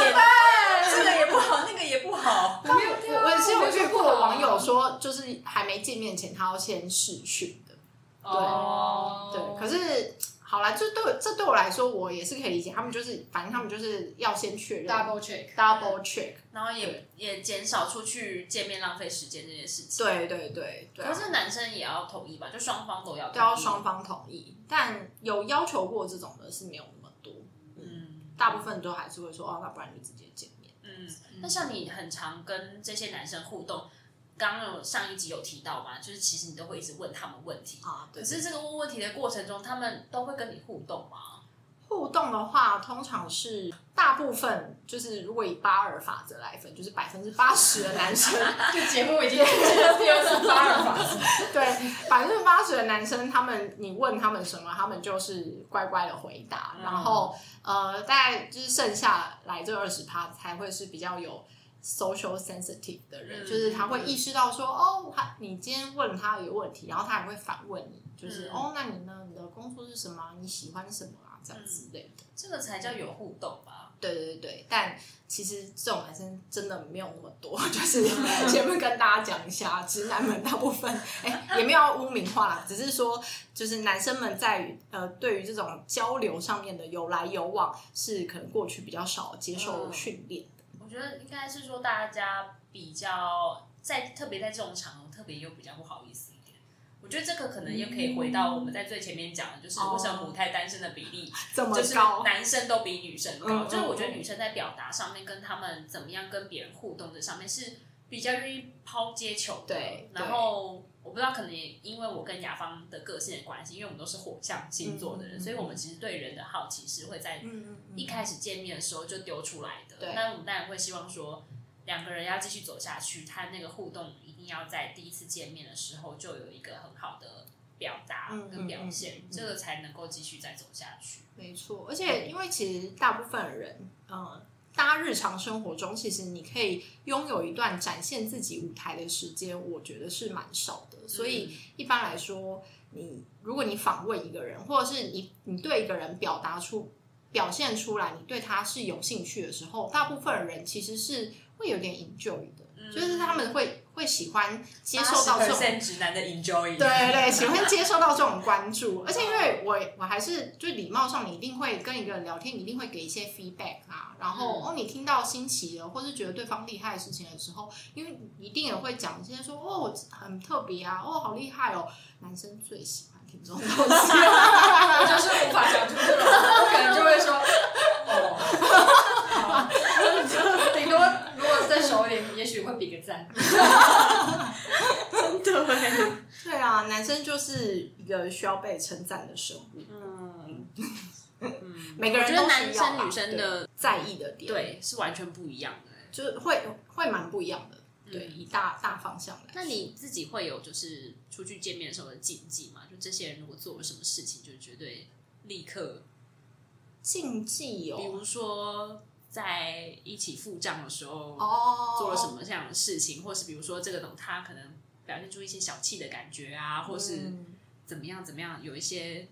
S3: 这个也不好，那个也不好。
S4: 我没有
S1: 我我是有遇过网友说，就是还没见面前，他要先试训的。
S4: 哦，
S1: 对，可是好啦，就对我这对我来说，我也是可以理解。他们就是，反正他们就是要先确认
S4: double check，
S1: double check。
S3: 然后也也减少出去见面浪费时间这件事情。
S1: 对对对对啊，
S3: 可是男生也要同意吧，就双方都要
S1: 都要
S3: 同意
S1: 双。方同意，但有要求过这种的是没有那么多，
S3: 嗯
S1: 大部分都还是会说哦，那不然就直接见面。
S3: 嗯，那像你很常跟这些男生互动，刚刚有上一集有提到嘛，就是其实你都会一直问他们问题，
S1: 啊，
S3: 可
S1: 对。
S3: 是这个问问题的过程中，他们都会跟你互动吗？
S1: 互动的话，通常是大部分就是如果以巴尔法则来分，就是百分之八十的男生，
S4: 这节目已经进到第二次八二法则，
S1: [LAUGHS] 对，百分之八十的男生，他们你问他们什么，他们就是乖乖的回答，
S3: 嗯
S1: 然后呃，大概就是剩下来这二十趴才会是比较有 social sensitive 的人，
S3: 嗯
S1: 就是他会意识到说，哦，他你今天问他一个问题，然后他也会反问你，就是、
S3: 嗯
S1: 哦，那你呢？你的工作是什么啊？你喜欢什么啊？这样之类的。
S3: 这个才叫有互动吧？
S1: 对对对对，但其实这种男生真的没有那么多， [LAUGHS] 就是前面跟大家讲一下，直男们大部分哎、也没有要污名化啦，只是说就是男生们在于呃对于这种交流上面的有来有往是可能过去比较少接受训练的，
S3: 我觉得应该是说大家比较在特别在这种场合，特别又比较不好意思一点。我觉得这个可能又可以回到我们在最前面讲的，就是为什么母胎单身的比例
S1: 这么
S3: 就是
S1: 高， [LAUGHS]
S3: 男生都比女生高，
S1: 嗯
S3: 就是我觉得女生在表达上面跟他们怎么样跟别人互动这上面是比较愿意抛接球的。
S1: 对对
S3: 然后我不知道，可能也因为我跟雅芳的个性的关系，因为我们都是火象星座的
S1: 嗯
S3: 人，
S1: 嗯嗯
S3: 所以我们其实对人的好奇是会在
S1: 嗯嗯嗯
S3: 一开始见面的时候就丢出来的。
S1: 对
S3: 那我们当然会希望说。两个人要继续走下去，他那个互动一定要在第一次见面的时候就有一个很好的表达
S1: 嗯
S3: 跟表
S1: 嗯嗯
S3: 现，
S1: 嗯
S3: 这个才能够继续再走下去。
S1: 没错，而且因为其实大部分人，嗯，大家日常生活中，其实你可以拥有一段展现自己舞台的时间，我觉得是蛮少的。所以一般来说，你如果你访问一个人，或者是你你对一个人表达出、表现出来，你对他是有兴趣的时候，大部分人其实是会有点 enjoy 的，
S3: 嗯
S1: 就是他们会会喜欢接受到这种
S3: 80%直男的 enjoy，
S1: 对对对，喜欢接受到这种关注，而且因为我我还是就礼貌上，你一定会跟一个人聊天，你一定会给一些 feedback 啊，然后、
S3: 嗯
S1: 哦，你听到新奇的或是觉得对方厉害的事情的时候，因为你一定也会讲一些说哦很特别啊，哦好厉害哦，男生最喜欢听这种 [LAUGHS] 东西，
S4: 我就是无法讲出这种，我可能就会说，哦，顶多如果再熟一点，也许会比个赞。
S3: 嗯对，
S1: 对啊，男生就是一个需要被称赞的生物，
S3: 嗯嗯，
S1: 每个
S5: 我
S1: 人
S5: 觉
S1: 嗯都
S5: 得男
S1: 需要吧
S5: 生女生
S1: 对嗯
S5: 的
S1: 在意的点，
S3: 对，是完全不一样的欸。
S1: 就是会会蛮不一样的。对，
S3: 嗯
S1: 以大大方向来说。
S3: 那你自己会有就是出去见面的时候的禁忌吗？就这些人如果做了什么事情，就绝对立刻，
S1: 禁忌
S3: 比
S1: 有
S3: 如说在一起付账的时候，
S1: 哦，
S3: 做了什？么这样的事情，或是比如说这个懂他可能表现出一些小气的感觉啊，或是
S1: 嗯
S3: 怎么样怎么样，有一些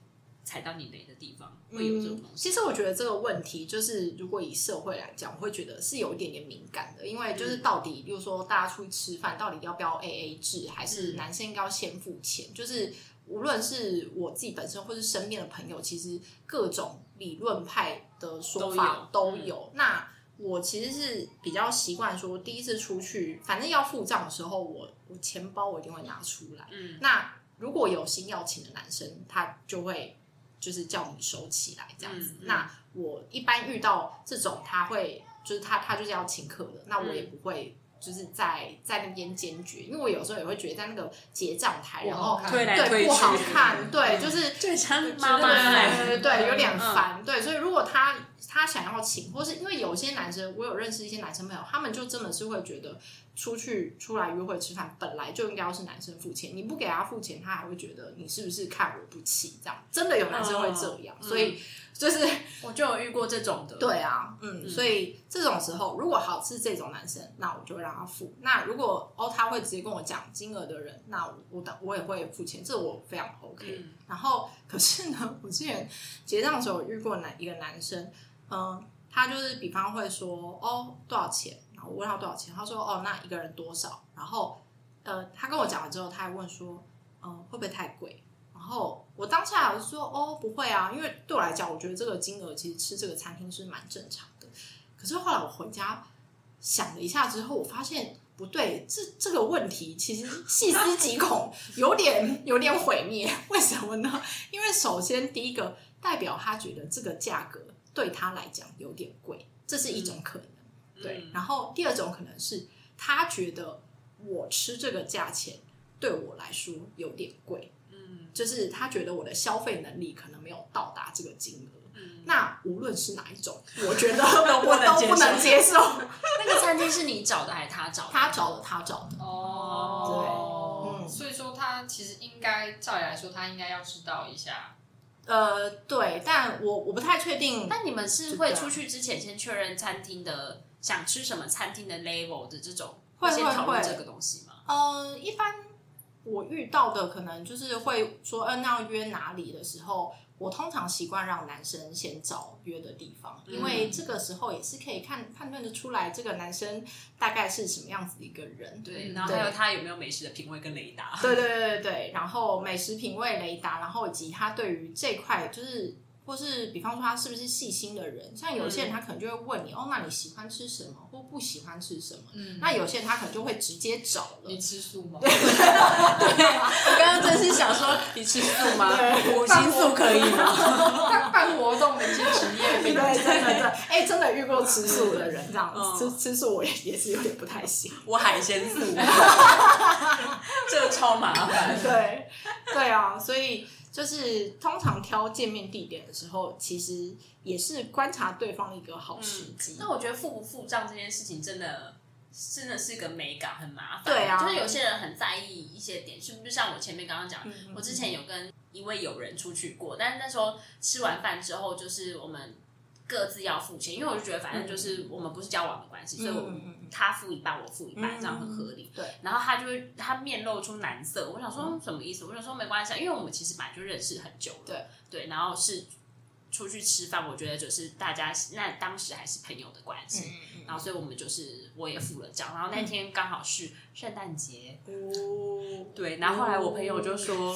S3: 踩到你雷的地方，会有这种
S1: 嗯
S3: 东，
S1: 其
S3: 西。
S1: 实我觉得这个问题就是，如果以社会来讲，我会觉得是有一点点敏感的，因为就是
S3: 嗯
S1: 到底，比如说大家出去吃饭，到底要不要 A A 制，还是
S3: 嗯
S1: 男生应该要先付钱？就是无论是我自己本身，或是身边的朋友，其实各种理论派的说法
S3: 都
S1: 都
S3: 有
S1: 有。
S3: 嗯
S1: 那我其实是比较习惯说，第一次出去，反正要付账的时候，我我钱包我一定会拿出来。
S3: 嗯
S1: 那如果有心要请的男生，他就会就是叫你收起来这样子。
S3: 嗯嗯
S1: 那我一般遇到这种，他会就是他他就是要请客的，那我也不会。就是在在那边坚决，因为我有时候也会觉得在那个结账台，
S4: 不
S1: 然
S4: 好
S1: 后
S4: 看
S3: 推来推
S1: 对
S3: 去
S1: 不好看，对，就是
S3: 就很像
S1: 对
S3: 妈嗯妈来，
S1: 对对对，有点烦。对，所以如果他他想要请，或是因为有些男生，我有认识一些男生朋友，他们就真的是会觉得出去出来约会吃饭，本来就应该要是男生付钱，你不给他付钱，他还会觉得你是不是看我不起这样。真的有男生会这样，
S3: 嗯
S1: 所以就是
S3: 我就有遇过这种的。
S1: 对啊，嗯，
S3: 嗯
S1: 所以这种时候，如果好是这种男生，那我就会让他付。那如果哦他会直接跟我讲金额的人，那我我的我也会付钱，这我非常 OK。
S3: 嗯，
S1: 然后可是呢， [LAUGHS] 我之前结账的时候有遇过男一个男生，嗯，他就是比方会说哦多少钱，然后我问他多少钱，他说哦那一个人多少，然后呃他跟我讲完之后，他还问说嗯会不会太贵，然后我当下我就说哦不会啊，因为对我来讲，我觉得这个金额其实吃这个餐厅是蛮正常的，可是后来我回家想了一下之后，我发现。不对，这这个问题其实细思极恐，有点有点毁灭。为什么呢？ [LAUGHS] 因为首先第一个代表他觉得这个价格对他来讲有点贵，这是一种可能。对，
S3: 嗯
S1: 然后第二种可能是他觉得我吃这个价钱对我来说有点贵，
S3: 嗯
S1: 就是他觉得我的消费能力可能没有到达这个金额。
S3: 嗯，
S1: 那无论是哪一种，我觉 [LAUGHS] 得我都不能接受。
S3: 那个餐厅是你找的还是他找的？
S1: 他找的，他找的，
S4: 哦，
S1: 对嗯
S4: 所以说他其实应该，照理来说，他应该要知道一下。
S1: 呃，对，但我我不太确定。
S3: 那你们是会出去之前先确认餐厅的想吃什么餐厅的 level 的这种，
S1: 会
S3: 先讨论
S1: 会会
S3: 这个东西吗？
S1: 呃，一般我遇到的可能就是会说，嗯、那要约哪里的时候，我通常习惯让男生先找约的地方，因为这个时候也是可以看判断的出来，这个男生大概是什么样子的一个人。
S3: 对，
S4: 嗯
S3: 然后还有
S1: 对
S3: 他有没有美食的品味跟雷达？
S1: 对对对对对，然后美食品味雷达，然后以及他对于这块就是。或是比方说他是不是细心的人，像有些人他可能就会问你、哦，那你喜欢吃什么或不喜欢吃什么？
S4: 嗯
S1: 那有些人他可能就会直接找了，
S4: 你吃素
S1: [LAUGHS]
S4: 吗？
S3: 我刚刚真是想说，你吃素吗？五星素可以吗？
S4: 办办活动的兼职
S1: [LAUGHS]
S4: 业
S1: 对，
S4: 病，
S1: 真的真的，哎、真的遇过吃素的人这样
S3: 嗯
S1: 子，吃吃素我也也是有点不太行。
S3: 我海鲜素， [LAUGHS] 这个超麻烦。
S1: 对，对啊，所以就是通常挑见面地点的时候，其实也是观察对方的一个好时机。
S3: 嗯那我觉得付不付账这件事情真的。真的是个美感，很麻烦。
S1: 对啊
S3: 就是有些人很在意一些点，是不是像我前面刚刚讲，
S1: 嗯
S3: 我之前有跟一位友人出去过，但是那时候吃完饭之后，就是我们各自要付钱，因为我就觉得反正就是我们不是交往的关系，所以我
S1: 嗯嗯嗯
S3: 他付一半，我付一半，
S1: 嗯
S3: 这样很合理。
S1: 对，
S3: 然后他就会他面露出难色，我想说嗯什么意思？我想说没关系，啊，因为我们其实本来就认识很久了。
S1: 对
S3: 对，然后是出去吃饭，我觉得就是大家那当时还是朋友的关系。
S1: 嗯
S3: 然后，所以我们就是我也付了账，然后那天刚好是圣诞节，
S1: 哦，
S3: 对，然后后来我朋友就说：“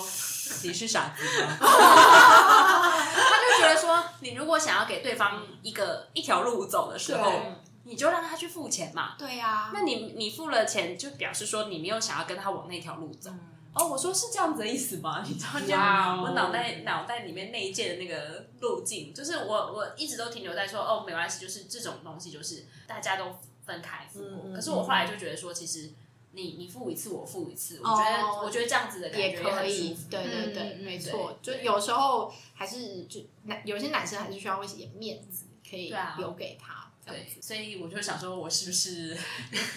S3: 你是傻子
S1: [LAUGHS]
S3: 吗？”他就觉得说，你如果想要给对方一个一条路走的时候
S1: 对，
S3: 你就让他去付钱嘛。
S4: 哎
S1: 对呀、
S3: 那你你付了钱，就表示说你没有想要跟他往那条路走。
S1: 嗯
S3: 哦，我说是这样子的意思吗？ [LAUGHS] 你知道，就
S4: 哇哦
S3: 我脑袋脑袋里面那一届的那个路径，就是我我一直都停留在说哦，没关系，就是这种东西，就是大家都分开付过。
S1: 嗯嗯
S3: 可是我后来就觉得说，其实你你付一次，我付一次，我
S1: 哦
S3: 觉得、我觉得这样子的感觉
S1: 也可
S3: 很
S1: 以
S3: 舒服，。
S1: 对对对，
S4: 嗯
S1: 没错，就
S3: 对
S1: 有时候还是就男有些男生还是需要一些面子可以
S3: 对啊
S1: 留给他。这样
S3: 对
S1: 子，。
S3: 所以我就想说，我是不是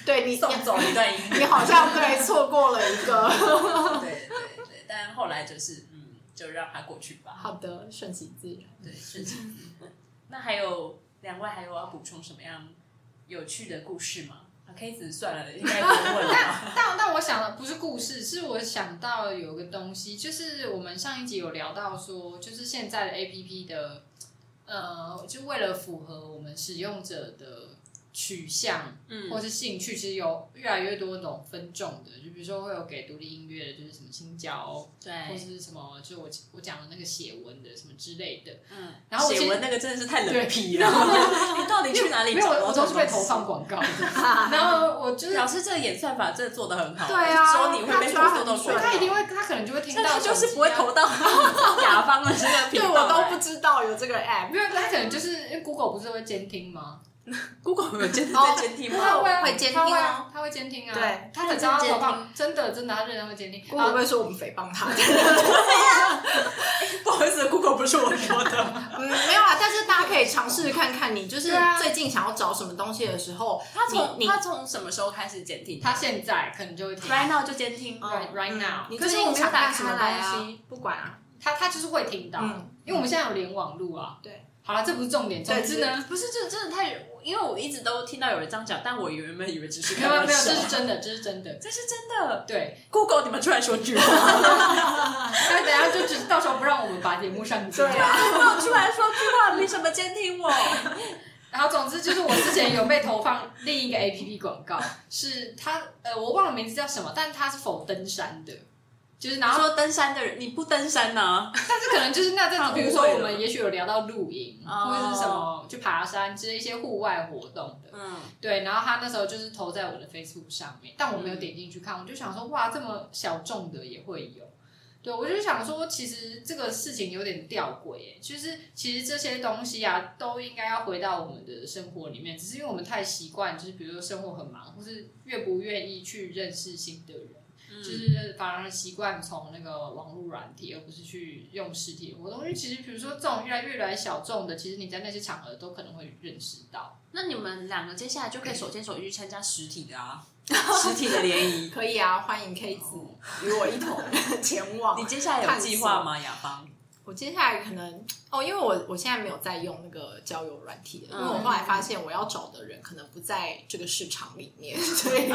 S1: 对你， [LAUGHS]
S3: 送走一段姻
S1: 你
S3: 缘？
S1: 好像对错过了一个。 [LAUGHS]
S3: 对对对，但后来就是嗯，就让它过去吧。
S1: 好的，顺其自然。
S3: 对，顺其自然。那还有两位还有要补充什么样有趣的故事吗？啊，K 子算了，应该不问了
S4: [LAUGHS]
S3: 吧。
S4: 但但我想的不是故事，是我想到有个东西，就是我们上一集有聊到说，就是现在的 A P P 的，呃，就为了符合我们使用者的取向
S3: 嗯
S4: 或是兴趣，其实有越来越多那种分众的，就比如说会有给独立音乐的，就是什么青椒，或
S3: 对，
S4: 是什么，就我我讲的那个写文的什么之类的。
S3: 嗯，
S4: 然后我其
S3: 写
S4: 实
S3: 文那个真的是太
S4: 对
S3: 冷僻了， [LAUGHS] 你到底去哪里
S4: 没
S3: 找
S4: 有，
S3: 到
S4: 我
S3: 这种
S4: 都是被
S3: 东
S4: 投
S3: 西
S4: 放广告的，然后
S3: [LAUGHS]
S4: 我就是
S3: 老师这个演算法真的做的很好，
S1: 对啊
S3: 只有你会被
S1: 他抓
S3: 做到
S1: 很
S3: 鬼
S1: 准
S4: 他一定会，他可能就会听
S3: 啊那
S4: 到
S3: 他
S4: 手机啊，
S3: 就是不会投到 [LAUGHS] 甲方的这个频
S1: 对
S3: 道欸
S1: 我
S3: 来，
S1: 都不知道有这个 app，
S4: 没有，他可能就是因为 Google 不是会监听吗？
S3: Google 有监
S1: 哦
S3: 在监听吗？
S1: Google
S4: 啊
S1: 会监听
S4: 他会
S1: 哦
S4: 啊，他会监听啊。
S1: 对
S4: 他只知道投放，真的真的，他认真会监听。
S1: 我会
S4: 然
S1: 不
S4: 后
S1: 会说我们诽谤他？ [LAUGHS]
S3: 不好意思，Google 不是我说的，
S1: 嗯，没有啊，但是大家可以尝试看看，你就是
S4: 对啊
S1: 最近想要找什么东西的时候，
S3: [LAUGHS] 他
S1: 从
S3: 从他从什么时候开始监听
S4: 他现在可能就会听。
S3: ？Right now 就监听，
S4: Right- right
S1: 嗯
S4: now
S1: 你
S4: 可是
S1: 最近
S4: 我没有
S1: 想
S4: 打
S1: 看什
S4: 开
S1: 么
S4: 来啊
S1: 东西？不管啊，
S4: 他他就是会听到，
S1: 嗯
S4: 因为我们现在有联网路啊。
S1: 对，
S4: 好了，这不是重点。总
S1: 对
S4: 之呢，
S3: 不是，这真的太，因为我一直都听到有人这样讲，但我原本以为只是
S4: 没
S3: 开
S4: 有没有，
S3: 玩
S4: 没有
S3: 笑
S4: 这，是真的，这是真的。
S3: 这是真的。
S4: 对，
S3: Google，你们出来说句话，
S4: 那等一下就只到时候不让我们把节目上架。
S1: 对啊
S3: ，Google 出来说句话，凭什么监听 [LAUGHS] 我？
S4: 然后总之就是我之前有被投放另一个 A P P 广告，是它呃我忘了名字叫什么，但它是否登山的，就是然
S3: 然
S4: 后
S3: 后登山的人，你不登山啊呢？
S4: 但是可能就是那阵
S3: 他
S4: 子，
S3: 误
S4: 比
S3: 会
S4: 如说我
S3: 了
S4: 们也许有聊到露营
S3: 哦
S4: 或者是什么去爬山之类一些户外活动的，
S3: 嗯，
S4: 对。然后他那时候就是投在我的 Facebook 上面，但我没有点进去看，我就想说哇，这么小众的也会有。对，我就想说，其实这个事情有点吊诡耶，就是其实这些东西啊，都应该要回到我们的生活里面，只是因为我们太习惯，就是比如说生活很忙，或是越不愿意去认识新的人。
S3: 嗯
S4: 就是反而习惯从那个网络软体，而不是去用实体活动。因为其实比如说这种越来越来小众的，其实你在那些场合都可能会认识 [LAUGHS] 到。
S3: 那你们两个接下来就可以手牵手去参加实体的 [LAUGHS] 啊，实体的联谊。
S1: 可以啊，欢迎 K 子与我一
S4: [LAUGHS]
S1: 同前往
S3: 你。接下来有计划吗，雅芳？
S1: 我接下来可能哦，因为我我现在没有在用那个交友软体了，因为我
S4: 嗯
S1: 后来发现我要找的人可能不在这个市场里面，所以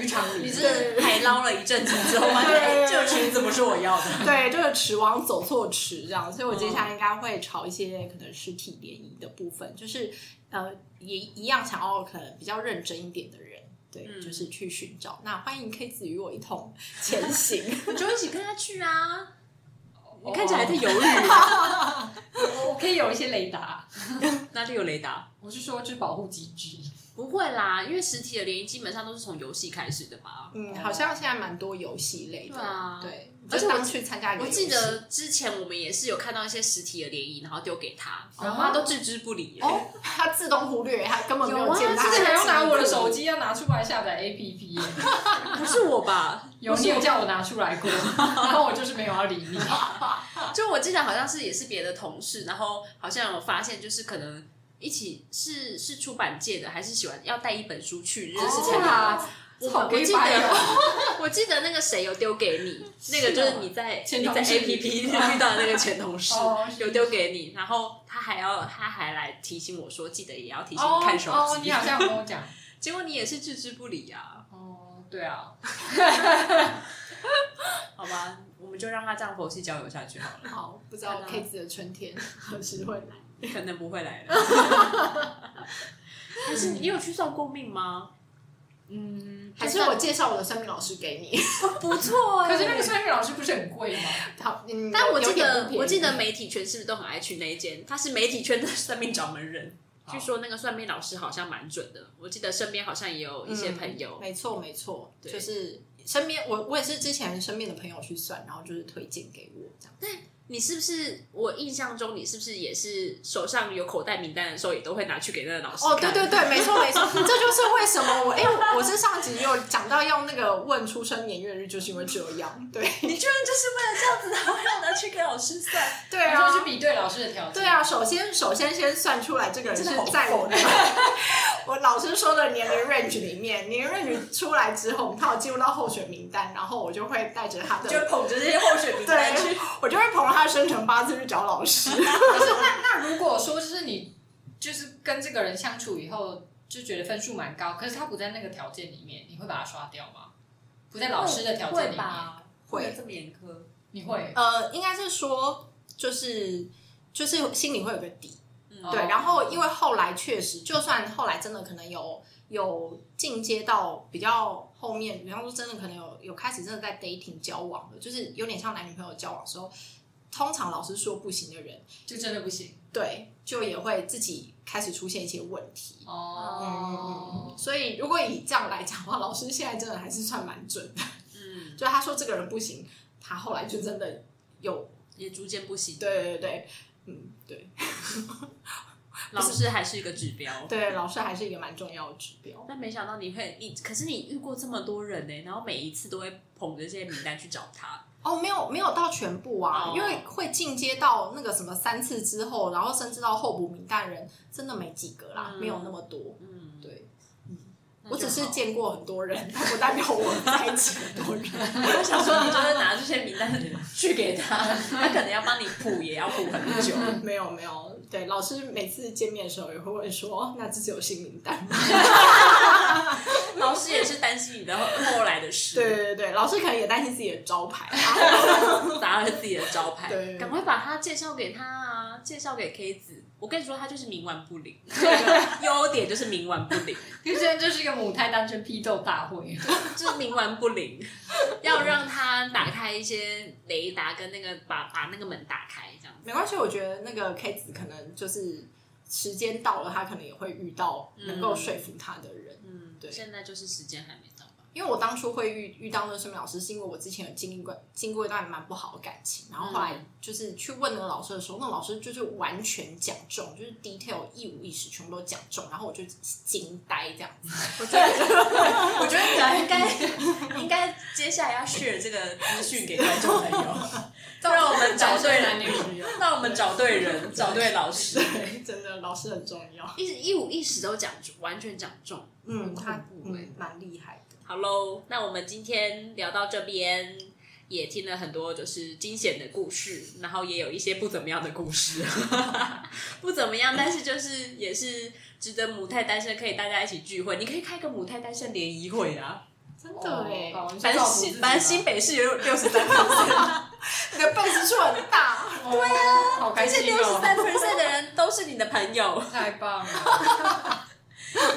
S4: 渔场里
S3: 你，是海捞了一阵子之后发现，哎，这个裙子不是我要的。
S1: [LAUGHS] 对，就是池王走错池这样，所以我接下
S3: 嗯
S1: 来应该会朝一些可能实体联谊的部分，就是呃，也一样想要可能比较认真一点的人，对，
S3: 嗯
S1: 就是去寻找。那欢迎 K 子与我一同前
S3: [LAUGHS]
S1: 行。
S3: 你就一起跟他去啊！
S4: 你
S3: 你看起来在犹豫，
S4: 我我哦可以有一些雷达，
S3: [LAUGHS] 那就有雷达。
S4: 我是说就是保护机制。
S3: 不会啦，因为实体的联谊基本上都是从游戏开始的吧。
S1: 嗯，好像现在蛮多游戏类的，
S3: 对啊
S1: 对，
S3: 而且
S1: 就
S3: 我
S1: 当去参加一个
S3: 我
S1: 游戏
S3: 记得之前我们也是有看到一些实体的联谊，然后丢给他，
S4: 哦
S3: 然后他都置之不理耶。
S1: 哦，他自动忽略，他根本没
S3: 有啊
S1: 见到
S4: 但
S3: 这
S4: 是
S3: 个
S4: 还要拿我的
S3: 是
S4: 手机要拿出来下载 APP，耶
S3: [LAUGHS] 不是我 [LAUGHS] 吧？
S4: 有你有叫我拿出来过，然后我就是没有要理你。
S3: 哦就我记得好像是也是别的同事，然后好像有发现就是可能一起是是出版界的，还是喜欢要带一本书去认识
S1: 哦
S3: 才
S1: 对
S3: 能。
S1: 啊
S3: 我
S4: 好
S3: 我记
S4: gay bye
S3: 得
S4: 哦
S3: 我记得那个谁有丢给你，那个就是你在
S4: 前
S3: 你
S4: 同
S3: 在
S4: 事
S3: A P P 遇到的那个前同 [LAUGHS] 事
S4: 哦
S3: 有丢给你，然后他还要他还来提醒我说，记得也要提醒
S4: 哦
S3: 看手
S4: 哦，
S3: 机
S4: 你。好像有跟我讲。
S3: 结果你也是置之不理啊，
S4: 哦，对啊，
S3: 好吧，我们就让他这样佛系交友下去 [LAUGHS] 好了。
S1: 好，不知道
S3: 看到
S1: K 子的春天何时会
S3: [LAUGHS]
S1: 来。
S3: 可能不会来了。 [LAUGHS] 还是你有去算过命吗？
S4: 嗯，
S1: 还是我介绍我的算命老师给你？ [LAUGHS]
S3: 不错欸
S4: 可是那个算命老师不是很贵吗？
S1: 好，嗯，
S3: 但我记
S1: 有点不
S3: 得，
S1: 便宜
S3: 我记得媒体圈是不是都很爱去那一间？他是媒体圈的算命掌门人，
S4: 好
S3: 据说那个算命老师好像蛮准的。我记得身边好像也有一些朋友，
S1: 没错，没错，
S3: 对
S1: 就是身边我我也是之前身边的朋友去算，然后就是推荐给我这样。
S3: 你是不是？我印象中你是不是也是手上有口袋名单的时候，也都会拿去给那个老师
S1: 哦，对
S3: 看
S1: 对对，没错没错，这就是为什么我哎、我是上集有讲到要那个问出生年月日，就是因为这样。对，
S3: 你居然就是为了这样子，然后要拿去给老
S4: 师算，
S1: 对
S4: 然
S1: 啊
S4: 后，去比对老师的条件。
S1: 对啊，，首先首先先算出来这个人是
S4: 真的好
S1: 在我
S4: 疯
S1: 的 [LAUGHS] 我老师说的年龄 range 里面，年龄 range 出来之后，我们他有进入到候选名单，然后我就会带着他
S6: [LAUGHS]
S1: 的，
S6: 就捧着这些候选名单
S1: 对
S6: 去，
S1: 我就会捧着他的生辰八字去找老师。
S4: 可是那那如果说就是你就是跟这个人相处以后就觉得分数蛮高，可是他不在那个条件里面，你会把他刷掉吗？不在老师的条件里
S6: 会
S4: 面，
S6: 吧？
S1: 会
S6: 这么严苛？
S4: 你会？
S1: 呃，应该是说，就是就是心里会有个底，
S6: 嗯
S4: 哦
S1: 对。然后因为后来确实，就算后来真的可能有有进阶到比较后面，比方说真的可能有有开始真的在 dating 交往了，就是有点像男女朋友交往的时候，通常老师说不行的人，
S4: 就真的不行
S1: 对，就也会自己开始出现一些问题。
S4: 哦。
S1: 嗯，所以如果以这样来讲的话，老师现在真的还是算蛮准的。
S3: 嗯，
S1: 就他说这个人不行，他后来就真的有
S3: 也逐渐不行。
S1: 对对对，嗯，对
S3: 老师还是一个指标。
S1: 对，老师还是一个蛮重要的指标。
S3: 但没想到你会，你可是你遇过这么多人呢、然后每一次都会捧着这些名单去找他。
S1: 哦，没有没有到全部啊，
S3: 哦
S1: 因为会进阶到那个什么三次之后，然后甚至到候补名单人，真的没几个啦，
S3: 嗯
S1: 没有那么多。
S3: 嗯，
S1: 对
S3: 那
S1: 我
S3: 就好
S1: 只是见过很多人，但不代表 [LAUGHS] 我在一起很多人。
S3: 我想说，你就是拿这些名单去给 [LAUGHS] 他，他可能要帮你谱，也要谱很 [LAUGHS]
S1: [LAUGHS]
S3: 久。
S1: 没有没有，对，老师每次见面的时候也会问说，哦那这次有新名单吗？
S3: 老师也是担心你的后来的事，
S1: 对对对对，老师可能也担心自己的招牌。啊
S3: 砸了自己的招牌
S1: 对，
S3: 赶快把他介绍给他啊，介绍给 K 子。我跟你说，他就是冥顽不
S1: [LAUGHS]
S3: 灵，优点就是冥顽不灵，
S4: 因为真的就是一个母胎单身批斗大会，
S3: 就是冥顽不灵。要让他打开一些雷达跟那个把把那个门打开，这样
S1: [LAUGHS]
S3: 子。
S1: 没关系，我觉得那个 K 子可能就是时间到了，他可能也会遇到能够说服他的人。
S3: 嗯，
S1: 对
S3: 现在就是时间还没到吧？
S1: 因为我当初会遇遇到那个生命老师，是因为我之前有经历过经过一段蛮不好的感情，然后后来就是去问那个老师的时候，那个老师就是完全讲中，就是 detail 一五一十全部都讲中，然后我就惊呆这样子。
S3: 我觉得你们应该应该接下来要 share 这个资讯给观众朋友，让我们找对
S4: 男
S3: 人，
S4: 女朋友。
S3: 让我们找 [LAUGHS] 对人，找对老师。
S1: 对，真的老师很重要。
S3: 一直一五一十都讲中，完全讲中。
S1: 嗯，
S3: 很
S1: 他
S3: 恐怖欸
S1: 嗯蛮厉害的。
S3: 好喽，那我们今天聊到这边，也听了很多就是惊险的故事，然后也有一些不怎么样的故事， [LAUGHS] 不怎么样，但是就是也是值得母胎单身可以大家一起聚会，你可以开个母胎单身联谊会啊，
S1: 真
S4: [LAUGHS]
S1: 欸哦
S4: 对，搞完就
S3: 反
S4: 照
S3: 正
S4: 顾自己啊
S3: 新
S4: 吧
S3: 反正新北市有六十三 percent，
S1: 你的 base 数很大，
S4: 对啊，好开
S3: 这
S4: 心
S3: [LAUGHS] 六十三
S4: 哦，
S3: percent 的人都是你的朋友。
S4: 太棒了！ [LAUGHS]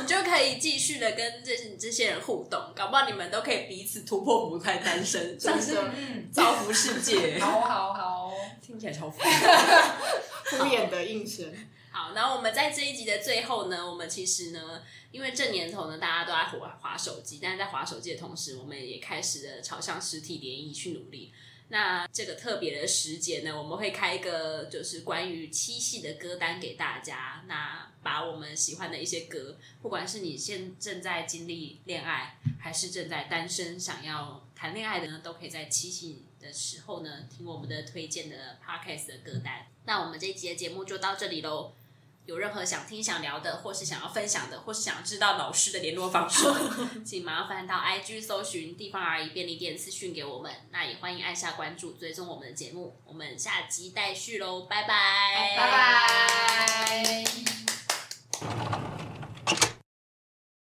S3: 你就可以继续的跟这这些人互动，搞不好你们都可以彼此突破母胎单身，
S1: 真
S3: 上
S1: 的
S3: 升
S4: 嗯，
S3: 造福世界，
S4: 好好好，
S3: [LAUGHS] 听起来超福。
S1: 敷衍的应声。
S3: 好，然后我们在这一集的最后呢，我们其实呢，因为这年头呢，大家都在滑滑手机，但是在滑手机的同时，我们也开始了朝向实体联谊去努力。那这个特别的时节呢，我们会开一个就是关于七夕的歌单给大家，那把我们喜欢的一些歌，不管是你现正在经历恋爱，还是正在单身想要谈恋爱的呢，都可以在七夕的时候呢，听我们的推荐的 podcast 的歌单。那我们这一集的节目就到这里喽。有任何想听、想聊的，或是想要分享的，或是想知道老师的联络方式，请麻烦到 IG 搜寻“地方阿姨便利店”私讯给我们。那也欢迎按下关注，追踪我们的节目。我们下集待续喽，拜拜，
S4: 拜拜。